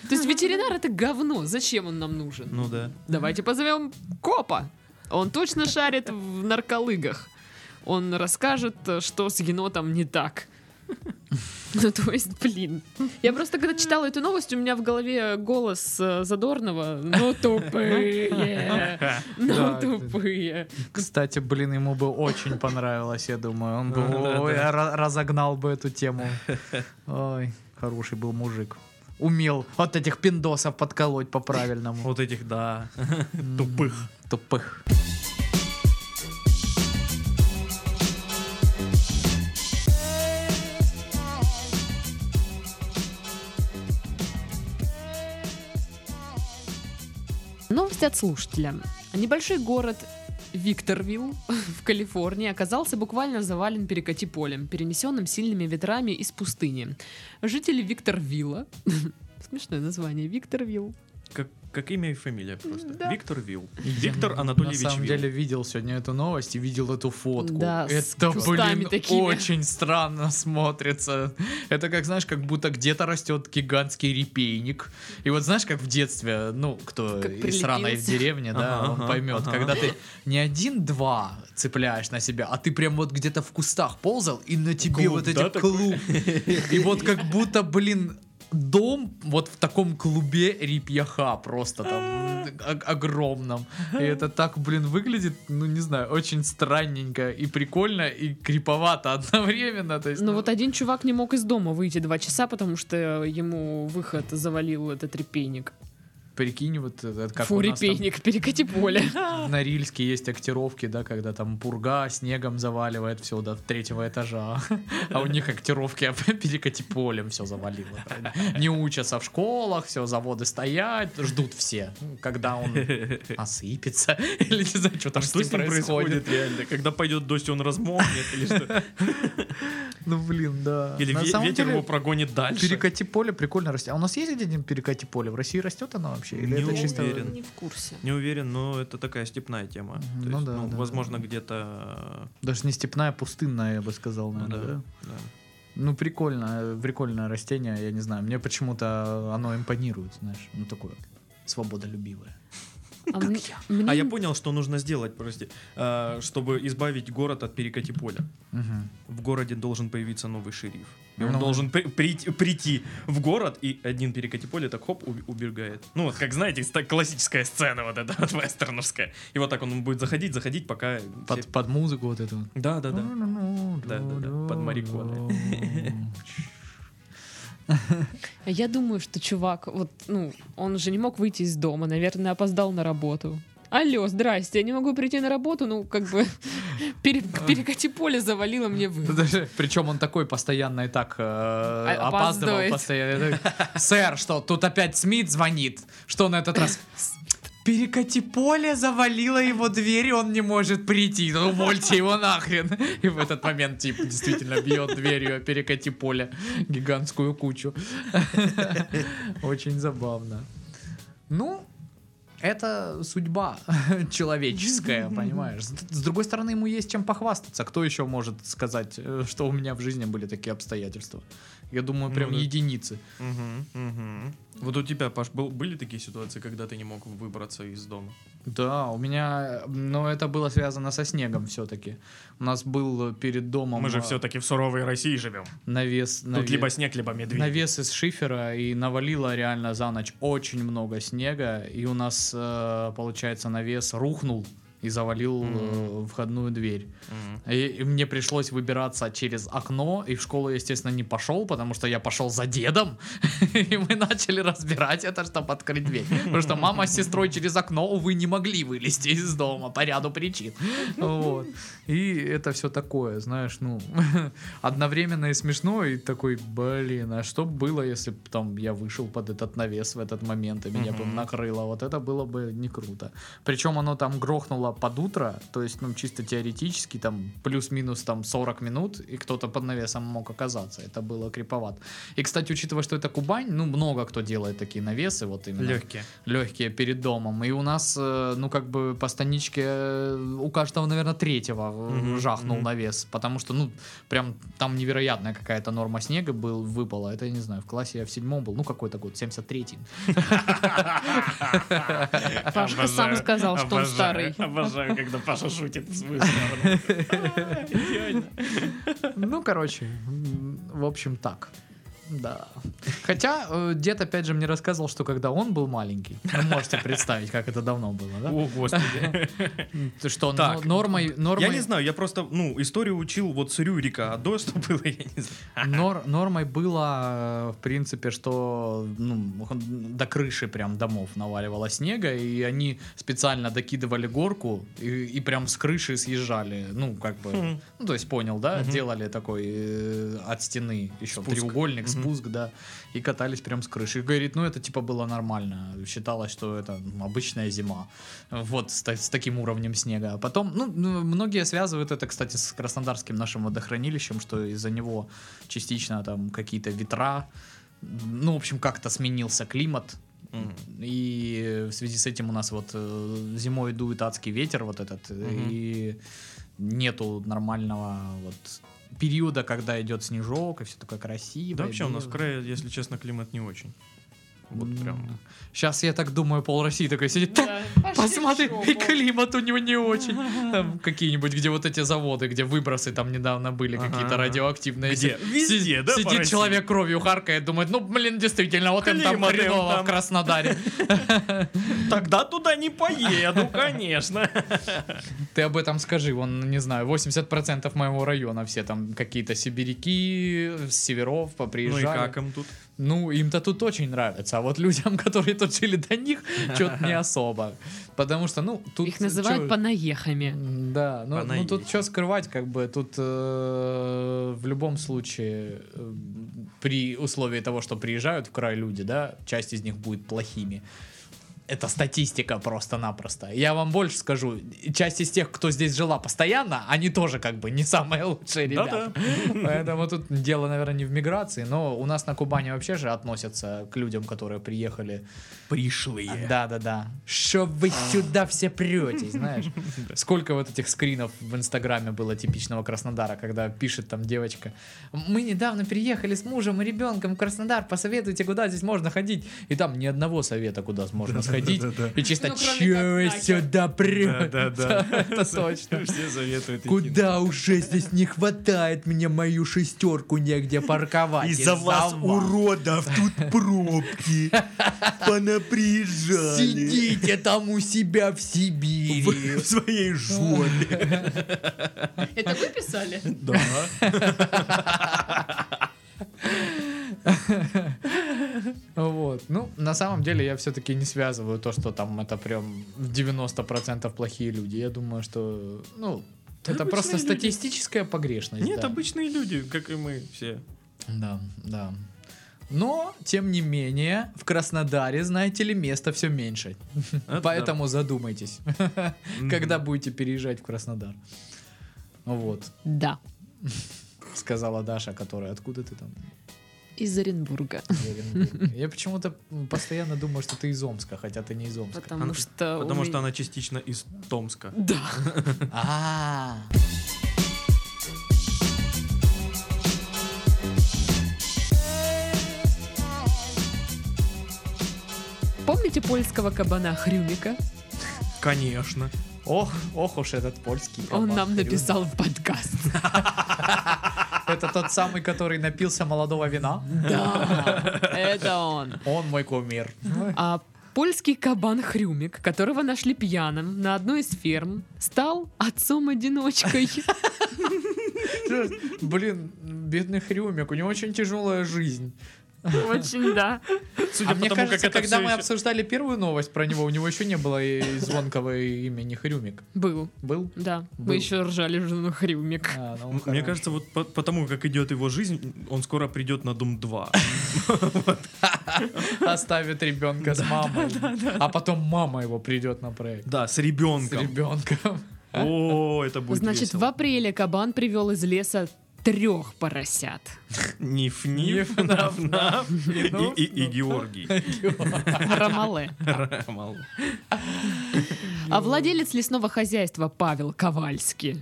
Speaker 1: То есть ветеринар это говно. Зачем он нам нужен?
Speaker 3: Ну да.
Speaker 1: Давайте позовем копа. Он точно шарит в нарколыгах. Он расскажет, что с енотом не так. Ну, то есть, блин. Я просто, когда читала эту новость, у меня в голове голос э, Задорнова. Ну, тупые. Ну,
Speaker 2: Да.
Speaker 1: тупые.
Speaker 2: Кстати, блин, ему бы очень понравилось, я думаю. Он бы
Speaker 3: Ну, да,
Speaker 2: ой,
Speaker 3: да.
Speaker 2: ра- разогнал бы эту тему. Ой, хороший был мужик. Умел от этих пиндосов подколоть по-правильному.
Speaker 3: Вот этих, да, тупых.
Speaker 2: Тупых.
Speaker 1: Новость от слушателя. Небольшой город Викторвилл в Калифорнии оказался буквально завален перекати полем, перенесенным сильными ветрами из пустыни. Жители Викторвилла, смешное название, Викторвилл,
Speaker 3: Как, как имя и фамилия просто.
Speaker 1: Да.
Speaker 3: Виктор Вилл.
Speaker 2: Я
Speaker 3: Виктор
Speaker 2: На
Speaker 3: Анатольевич
Speaker 2: самом
Speaker 3: Вилл.
Speaker 2: деле видел сегодня эту новость и видел эту фотку.
Speaker 1: Да, с
Speaker 2: это,
Speaker 1: кустами
Speaker 2: блин,
Speaker 1: такими.
Speaker 2: очень странно смотрится. Это как, знаешь, как будто где-то растет гигантский репейник. И вот знаешь, как в детстве, ну, кто
Speaker 1: Как
Speaker 2: из сраной в
Speaker 1: прилепился.
Speaker 2: деревне, да,
Speaker 3: Ага,
Speaker 2: он
Speaker 3: ага,
Speaker 2: поймет.
Speaker 3: ага.
Speaker 2: Когда ты не один-два цепляешь на себя, а ты прям вот где-то в кустах ползал, и на тебе
Speaker 3: Клуб,
Speaker 2: вот эти
Speaker 3: да, такой?
Speaker 2: клуб. И вот как будто, блин, дом вот в таком клубе репьяха просто там о- огромном. И это так, блин, выглядит, ну не знаю, очень странненько и прикольно, и криповато одновременно. То есть,
Speaker 1: Ну вот один чувак не мог из дома выйти два часа, потому что ему выход завалил этот репейник.
Speaker 2: прикинь, вот э, это как
Speaker 1: Фу,
Speaker 2: у нас там
Speaker 1: репейник, перекати поле.
Speaker 2: на Рильске есть актировки, да, когда там пурга снегом заваливает все до третьего этажа, а у них актировки а, перекати полем все завалило. Не учатся в школах, все, заводы стоят, ждут все, Ну, когда он осыпется, или не знаю, что там
Speaker 3: А что с ним происходит реально? Когда пойдет дождь, он размокнет или что?
Speaker 2: Ну, блин, да.
Speaker 3: Или
Speaker 2: На
Speaker 3: ве-
Speaker 2: самом
Speaker 3: ветер
Speaker 2: деле,
Speaker 3: его прогонит дальше?
Speaker 2: Перекати поле прикольно растет. А у нас есть один перекати поле? В России растет оно вообще? Или
Speaker 3: Не
Speaker 2: это чисто...
Speaker 3: уверен.
Speaker 1: Не в курсе.
Speaker 3: Не уверен, но это такая степная тема.
Speaker 2: Мгм,
Speaker 3: То
Speaker 2: ну
Speaker 3: есть,
Speaker 2: да,
Speaker 3: ну,
Speaker 2: да,
Speaker 3: возможно,
Speaker 2: да.
Speaker 3: где-то...
Speaker 2: Даже не степная, а пустынная, я бы сказал,
Speaker 3: э, ну
Speaker 2: наверное. да?
Speaker 3: да, да.
Speaker 2: Ну, прикольно, э, прикольное растение, я не знаю. Мне почему-то оно импонирует, знаешь, ну такое свободолюбивое.
Speaker 1: А мне-
Speaker 3: А я
Speaker 1: мне
Speaker 3: понял, что нужно сделать, прости, э, чтобы избавить город от перекати поля. В городе должен появиться новый шериф. И он
Speaker 2: Ну.
Speaker 3: должен при- прийти, прийти в город, и один перекати поле так хоп, уб- убегает. Ну вот, как знаете, так классическая сцена вот эта вот вестерновская. И вот так он будет заходить, заходить, пока... все-
Speaker 2: Под, под музыку вот Ну, эту.
Speaker 3: Да, да, да.
Speaker 2: Да-да-да,
Speaker 3: Да-да-да,
Speaker 2: ну,
Speaker 3: под мариконы.
Speaker 1: А Я думаю, что чувак, вот, ну, он же не мог выйти из дома, наверное, опоздал на работу. Алло, здрасте, я не могу прийти на работу, ну, как бы, пере- перекати поле завалило мне вы.
Speaker 2: Причем он такой постоянно и так э, опаздывал
Speaker 1: опаздывает.
Speaker 2: постоянно. Сэр, что, тут опять Смит звонит? Что на этот раз? Перекати поле завалило его дверь, и он не может прийти. Ну, увольте его нахрен. И в этот момент тип действительно бьет дверью о перекати поле гигантскую кучу. Очень забавно. Ну, это судьба человеческая, понимаешь? С с другой стороны, ему есть чем похвастаться. Кто еще может сказать, э, что у меня в жизни были такие обстоятельства? Я думаю,
Speaker 3: Ну
Speaker 2: прям
Speaker 3: да.
Speaker 2: единицы.
Speaker 3: Мгм, мгм. Вот у тебя, Паш, был- были такие ситуации, когда ты не мог выбраться из дома?
Speaker 2: Да, у меня... Но это было связано со снегом все-таки. У нас был э, перед домом...
Speaker 3: Мы же
Speaker 2: э,
Speaker 3: все-таки в суровой России живем.
Speaker 2: Навес...
Speaker 3: Тут
Speaker 2: наве-
Speaker 3: либо снег, либо медведь.
Speaker 2: Навес из шифера и навалило реально за ночь очень много снега, и у нас, э, получается, навес рухнул и завалил э, входную дверь.
Speaker 3: Мгм.
Speaker 2: И, и мне пришлось выбираться через окно, и в школу, я, естественно, не пошел, потому что я пошел за дедом, и мы начали разбирать это, чтобы открыть дверь. Потому что мама с сестрой через окно, увы, не могли вылезти из дома по ряду причин. Вот. И это все такое, знаешь, ну, одновременно и смешно, и такой, блин, а что было, если бы там я вышел под этот навес в этот момент, и меня бы
Speaker 3: Мгм.
Speaker 2: накрыло, вот это было бы не круто. Причем оно там грохнуло под утро, то есть, ну, чисто теоретически, там, плюс-минус, там, 40 минут, и кто-то под навесом мог оказаться, это было криповато. И, кстати, учитывая, что это Кубань, ну, много кто делает такие навесы, вот именно
Speaker 3: Легкие.
Speaker 2: легкие перед домом. И у нас, э, ну, как бы по станичке э, у каждого, наверное, третьего э,
Speaker 3: Мгм,
Speaker 2: жахнул
Speaker 3: мгм.
Speaker 2: навес. Потому что, ну, прям там невероятная какая-то норма снега был, выпала. Это, я не знаю, в классе я в седьмом был. Ну, какой-то год, 73-й.
Speaker 1: Пашка сам
Speaker 3: Обожаю,
Speaker 1: сказал, что он
Speaker 3: обожаю,
Speaker 1: старый.
Speaker 3: Обожаю, когда Паша шутит в свою сторону. А, идеально.
Speaker 2: Ну, короче, м, в общем, так. Да. Хотя э, дед, опять же, мне рассказывал, что когда он был маленький, вы можете представить, как это давно было, да?
Speaker 3: О, господи.
Speaker 2: Что но-
Speaker 3: Так.
Speaker 2: нормой... нормой...
Speaker 3: Я не знаю, я просто, ну, историю учил вот с Рюрика, а до что было, я не знаю.
Speaker 2: Нор- нормой было, э, в принципе, что ну, до крыши прям домов наваливало снега, и они специально докидывали горку и, и прям с крыши съезжали. Ну, как бы,
Speaker 3: Хм.
Speaker 2: ну, то есть понял, да?
Speaker 3: Мгм.
Speaker 2: Делали такой э, от стены еще
Speaker 3: Спуск.
Speaker 2: треугольник,
Speaker 3: Мгм.
Speaker 2: спуск, да, и катались прям с крыши. И говорит, ну, это типа было нормально. Считалось, что это м, обычная зима. Вот с, та- с таким уровнем снега. А потом, ну, ну, многие связывают это, кстати, с Краснодарским нашим водохранилищем, что из-за него частично там какие-то ветра. Ну, в общем, как-то сменился климат.
Speaker 3: Мгм.
Speaker 2: И в связи с этим у нас вот э, зимой дует адский ветер вот этот, э,
Speaker 3: Мгм.
Speaker 2: и нету нормального вот периода, когда идет снежок, и все такое красиво.
Speaker 3: Да вообще у нас в крае, если честно, климат не очень. Вот прям.
Speaker 2: Сейчас, я так думаю, пол России такой сидит, «Та, посмотри, и климат у него не очень. Там какие-нибудь, где вот эти заводы, где выбросы там недавно были,
Speaker 3: Ага.
Speaker 2: какие-то радиоактивные.
Speaker 3: Где?
Speaker 2: Си-
Speaker 3: Везде,
Speaker 2: си-
Speaker 3: да, по
Speaker 2: Сидит
Speaker 3: России?
Speaker 2: человек кровью харкает, думает, ну, блин, действительно, вот им там
Speaker 3: Климат им
Speaker 2: хреново
Speaker 3: там».
Speaker 2: в Краснодаре.
Speaker 3: Тогда туда не поеду, конечно. Ну
Speaker 2: Ты об этом скажи, вон, не знаю, 80% моего района все там какие-то сибиряки, с северов
Speaker 3: Ну и
Speaker 2: поприезжали.
Speaker 3: как им тут?
Speaker 2: Ну, им-то тут очень нравится, а вот людям, которые тут жили до них, что-то не особо. Потому что, ну, тут...
Speaker 1: Их называют
Speaker 2: чё-
Speaker 1: панаехами.
Speaker 2: М, Да, ну, ну тут
Speaker 3: Понаехали.
Speaker 2: что скрывать, как бы тут э, в любом случае э, при условии того, что приезжают в край люди, да, часть из них будет плохими. Это статистика просто-напросто. Я вам больше скажу, часть из тех, кто здесь жила постоянно, они тоже как бы не самые лучшие ребята. Поэтому тут дело, наверное, не в миграции, но у нас на Кубани вообще же относятся к людям, которые приехали
Speaker 4: А,
Speaker 3: Пришлые.
Speaker 2: да, да, да. Что вы сюда все прете, знаешь? Сколько вот этих скринов в Инстаграме было типичного Краснодара, когда пишет там девочка. Мы недавно приехали с мужем и ребенком в Краснодар, посоветуйте, куда здесь можно ходить. И там ни одного совета, куда можно сходить. И чисто,
Speaker 1: Ну, кроме
Speaker 2: че вы
Speaker 1: как нахер».
Speaker 2: сюда прете?
Speaker 3: Да-да-да.
Speaker 2: Это точно.
Speaker 3: Все советуют идти.
Speaker 2: Куда уже здесь не хватает мне мою шестерку негде парковать?
Speaker 4: Из-за вас, уродов, тут пробки. Понаприезжали.
Speaker 2: Сидите там у себя в Сибири.
Speaker 4: Вы в своей жопе.
Speaker 1: Это вы писали?
Speaker 4: Да.
Speaker 2: Вот. Ну, на самом деле я все-таки не связываю то, что там это прям в 90% плохие люди. Я думаю, что, ну,
Speaker 3: Да
Speaker 2: это
Speaker 3: обычные
Speaker 2: просто
Speaker 3: люди.
Speaker 2: статистическая погрешность.
Speaker 3: Нет,
Speaker 2: да.
Speaker 3: обычные люди, как и мы все.
Speaker 2: Да, да. Но, тем не менее, в Краснодаре, знаете ли, места все меньше.
Speaker 3: Это
Speaker 2: Поэтому задумайтесь,
Speaker 3: Мгм.
Speaker 2: когда будете переезжать в Краснодар. Вот,
Speaker 1: Да.
Speaker 2: сказала Даша, которая, откуда ты там?
Speaker 1: Из Оренбурга.
Speaker 2: из Оренбурга». Я почему-то постоянно думаю, что ты из Омска, хотя ты не из Омска.
Speaker 1: Потому
Speaker 3: Она-
Speaker 1: что... у
Speaker 3: Потому
Speaker 1: меня-
Speaker 3: что она частично из Томска.
Speaker 1: Да.
Speaker 2: А.
Speaker 1: Помните польского кабана Хрюмика?
Speaker 3: Конечно.
Speaker 2: Ох, ох уж этот польский.
Speaker 1: Он
Speaker 2: кабак,
Speaker 1: нам
Speaker 2: хрен.
Speaker 1: написал в подкаст.
Speaker 2: Это тот самый, который напился молодого вина.
Speaker 1: Да, это он.
Speaker 2: Он мой кумир.
Speaker 1: А польский кабан Хрюмик, которого нашли пьяным на одной из ферм, стал отцом-одиночкой.
Speaker 2: Блин, бедный Хрюмик, у него очень тяжелая жизнь.
Speaker 1: Очень, да.
Speaker 2: Судя
Speaker 3: по
Speaker 2: мне
Speaker 3: тому, как
Speaker 2: кажется,
Speaker 3: это
Speaker 2: когда
Speaker 3: всё
Speaker 2: мы
Speaker 3: ещё-
Speaker 2: обсуждали первую новость про него, у него еще не было и звонкого имени Хрюмик.
Speaker 1: Был,
Speaker 2: Был?
Speaker 1: да.
Speaker 2: Был.
Speaker 1: Мы еще ржали, что он Хрюмик.
Speaker 2: А, ну,
Speaker 3: М- Мне
Speaker 2: хорошо.
Speaker 3: кажется, вот по- потому как идет его жизнь, он скоро придет на Дом 2.
Speaker 2: оставит ребенка с мамой. А потом мама его придет на проект.
Speaker 3: Да, с
Speaker 2: С А?
Speaker 3: ребенком.
Speaker 2: ребенком.
Speaker 3: О, это будет
Speaker 1: Значит, в
Speaker 3: весело.
Speaker 1: апреле кабан привел из леса трех поросят.
Speaker 3: Ниф-ниф,
Speaker 2: Ниф-наф,
Speaker 3: наф-наф
Speaker 2: наф,
Speaker 3: и- и и Георгий.
Speaker 1: Ромале.
Speaker 3: Рамал.
Speaker 1: А владелец лесного хозяйства Павел Ковальский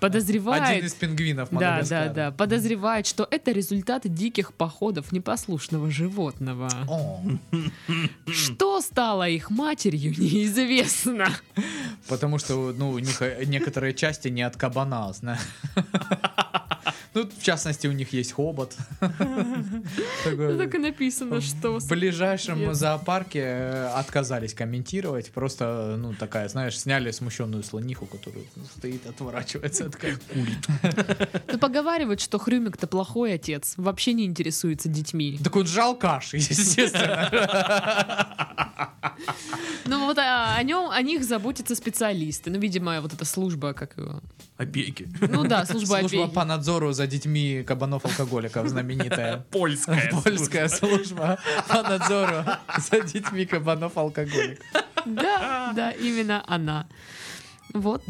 Speaker 1: подозревает...
Speaker 2: Один из пингвинов
Speaker 1: Да, да,
Speaker 2: Мадагаскара.
Speaker 1: да. Подозревает, что это результат диких походов непослушного животного.
Speaker 2: О,
Speaker 1: Что стало их матерью, неизвестно.
Speaker 2: Потому что, ну, у них э, некоторые части не от кабана, знаешь. Ну, в частности, у них есть хобот.
Speaker 1: Ну,
Speaker 2: Такой,
Speaker 1: Так и написано, что...
Speaker 2: В ближайшем
Speaker 1: Нет.
Speaker 2: зоопарке э, отказались комментировать. Просто, ну, такая, знаешь, сняли смущенную слониху, которая ну, стоит, отворачивается от кабана.
Speaker 1: Ну, поговаривают, что Хрюмик-то плохой отец, вообще не интересуется детьми.
Speaker 2: Так вот жалкаш, естественно.
Speaker 1: Ну вот а, о нем, о них заботятся специалисты. Ну, видимо, вот эта служба, как его...
Speaker 3: Опеки.
Speaker 1: Ну да, служба
Speaker 2: Служба
Speaker 1: опеки.
Speaker 2: по надзору за детьми кабанов-алкоголиков знаменитая.
Speaker 3: Польская.
Speaker 2: Польская служба по надзору за детьми кабанов-алкоголиков.
Speaker 1: Да, да, именно она. Вот.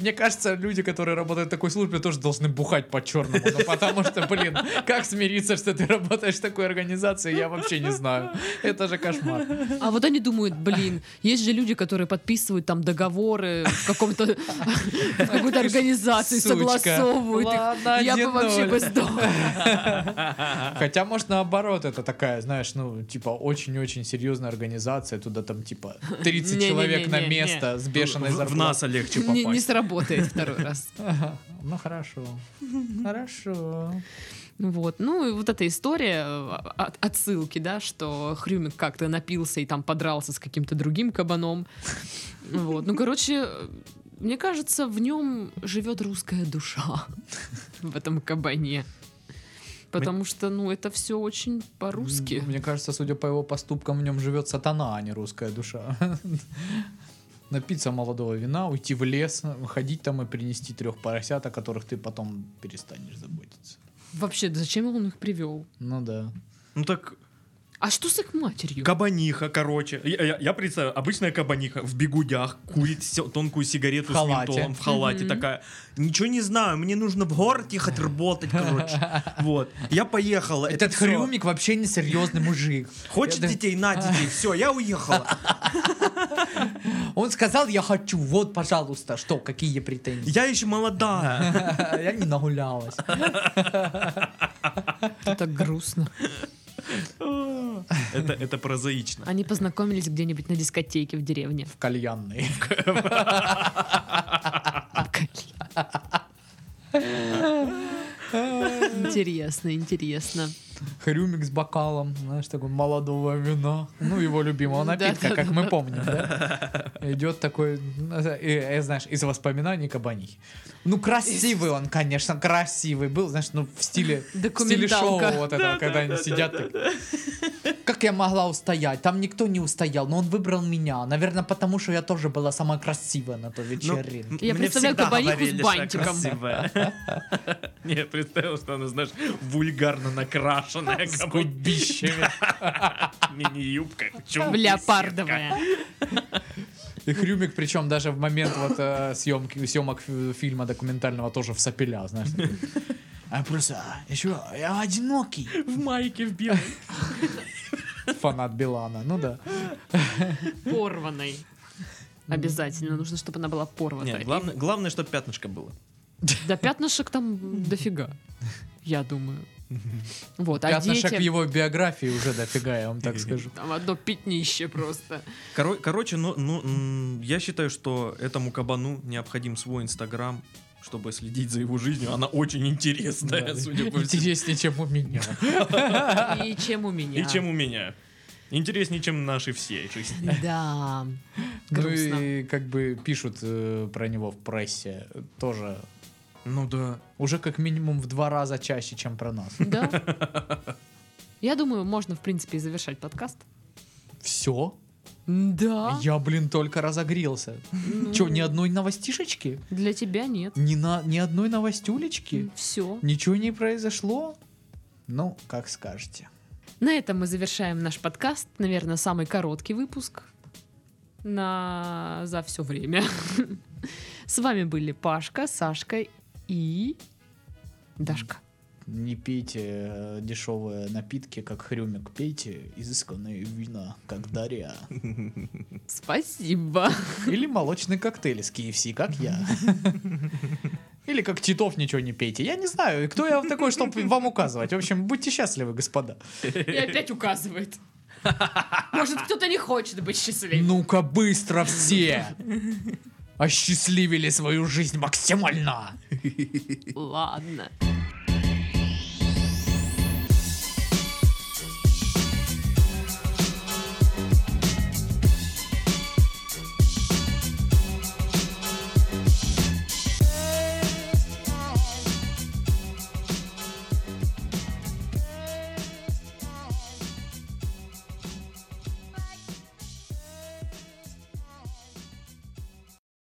Speaker 2: Мне кажется, люди, которые работают в такой службе, тоже должны бухать по-черному. потому что, блин, как смириться, что ты работаешь в такой организации, я вообще не знаю. Это же кошмар.
Speaker 1: А вот они думают, блин, есть же люди, которые подписывают там договоры в каком-то в какой-то организации,
Speaker 2: Сучка.
Speaker 1: согласовывают
Speaker 2: Ладно,
Speaker 1: их. Я бы
Speaker 2: один
Speaker 1: вообще
Speaker 2: ноль.
Speaker 1: бы сдохла.
Speaker 2: Хотя, может, наоборот, это такая, знаешь, ну, типа, очень-очень серьезная организация, туда там, типа, 30
Speaker 1: Не-не-не-не-не.
Speaker 2: человек на место с бешеной
Speaker 3: в, в
Speaker 2: зарплатой.
Speaker 3: НАСА легче
Speaker 1: Не, не
Speaker 3: попасть.
Speaker 1: сработает второй раз.
Speaker 2: Ага. Ну, хорошо. Хорошо.
Speaker 1: Вот. Ну и вот эта история э, от- отсылки, да, что Хрюмик как-то напился и там подрался с каким-то другим кабаном. Вот. Ну, короче, э, мне кажется, в нем живет русская душа в этом кабане. Потому что, ну, это все очень по-русски.
Speaker 2: М, Мне кажется, судя по его поступкам, в нем живет сатана, а не русская душа. Напиться молодого вина, уйти в лес, ходить там и принести трех поросят, о которых ты потом перестанешь заботиться.
Speaker 1: Вообще, зачем он их привел?
Speaker 2: Ну да.
Speaker 3: Ну так,
Speaker 1: А что с их матерью?
Speaker 3: кабаниха, короче. Я, я- я представляю, обычная кабаниха в бегудях курит се- тонкую сигарету
Speaker 2: В
Speaker 3: с
Speaker 2: халате.
Speaker 3: ментолом в халате
Speaker 1: Мгм.
Speaker 3: такая. Ничего не знаю, мне нужно в город ехать работать, короче. Вот. Я поехала.
Speaker 2: Этот
Speaker 3: всё.
Speaker 2: хрюмик вообще не серьезный мужик.
Speaker 3: Хочешь
Speaker 2: Я дум-
Speaker 3: детей? На детей. Все, я уехала.
Speaker 2: Он сказал, я хочу, вот, пожалуйста, что, какие претензии.
Speaker 3: Я еще молодая.
Speaker 2: Я не нагулялась.
Speaker 1: Это так грустно.
Speaker 3: Это, это прозаично.
Speaker 1: Они познакомились где-нибудь на дискотеке в деревне.
Speaker 2: В кальянной.
Speaker 1: Интересно, интересно.
Speaker 2: Хрюмик с бокалом, знаешь, такой молодого вина. Ну, его любимого напитка, как мы помним, да? Идет такой, ну, э, э, знаешь, из воспоминаний кабанихи. Ну, красивый он, конечно, красивый был, знаешь, ну, в стиле, в стиле шоу
Speaker 1: Документалка.
Speaker 2: вот этого, когда они сидят так. Как я могла устоять? Там никто не устоял, но он выбрал меня. Наверное, потому что я тоже была самая красивая на той
Speaker 3: Ну,
Speaker 2: вечеринке.
Speaker 3: м-
Speaker 1: Я
Speaker 3: мне
Speaker 1: представляю
Speaker 3: всегда
Speaker 1: кабаниху с
Speaker 3: говорили, что я
Speaker 1: бантиком.
Speaker 3: красивая. Не, представил, что она, знаешь, вульгарно накрашенная
Speaker 2: С
Speaker 3: кабань-
Speaker 2: губищами.
Speaker 3: мини-юбка.
Speaker 1: В леопардовая.
Speaker 2: И Хрюмик, причем даже в момент вот э, съемки, съемок фи- фильма документального тоже в сопеля, знаешь. такой. А просто еще я одинокий
Speaker 3: В майке в белом.
Speaker 2: фанат Билана, ну да.
Speaker 1: Порванной. Обязательно. Нужно, чтобы она была порватой.
Speaker 3: Не, главное, главное, чтобы пятнышко было.
Speaker 1: Да пятнышек там дофига. Я думаю. Вот, а
Speaker 2: Пятнышек в
Speaker 1: детям...
Speaker 2: его биографии уже дофига, я вам так скажу.
Speaker 1: Там одно пятнище просто.
Speaker 3: Коро- короче, ну, ну, м, я считаю, что этому кабану необходим свой инстаграм, чтобы следить за его жизнью. Она очень интересная,
Speaker 2: Да.
Speaker 3: судя по всему.
Speaker 2: Интереснее, чем у меня.
Speaker 1: И чем у меня.
Speaker 3: И чем у меня. Интереснее, чем наши все жизни.
Speaker 1: Да.
Speaker 2: Ну
Speaker 1: Грустно.
Speaker 2: и как бы пишут э, про него в прессе тоже.
Speaker 3: Ну да.
Speaker 2: Уже как минимум в два раза чаще, чем про нас.
Speaker 1: Да. Я думаю, можно, в принципе, и завершать подкаст.
Speaker 2: Все?
Speaker 1: Да.
Speaker 2: Я, блин, только разогрелся. Че, ни одной новостишечки?
Speaker 1: ну, Для тебя нет.
Speaker 2: Ни, на, ни одной новостюлечки?
Speaker 1: Все.
Speaker 2: Ничего не произошло? Ну, как скажете.
Speaker 1: На этом мы завершаем наш подкаст. Наверное, самый короткий выпуск на... за все время. С вами были Пашка, Сашка и Дашка.
Speaker 2: Не пейте э, дешевые напитки, как хрюмик, пейте изысканные вина, как Дарья.
Speaker 1: Спасибо.
Speaker 2: Или молочный коктейль из KFC, как я. Или как Титов ничего не пейте. Я не знаю, кто я такой, чтобы вам указывать. В общем, будьте счастливы, господа.
Speaker 1: И опять указывает. Может, кто-то не хочет быть счастливым.
Speaker 2: Ну-ка, быстро все! Осчастливили свою жизнь максимально!
Speaker 1: Ладно.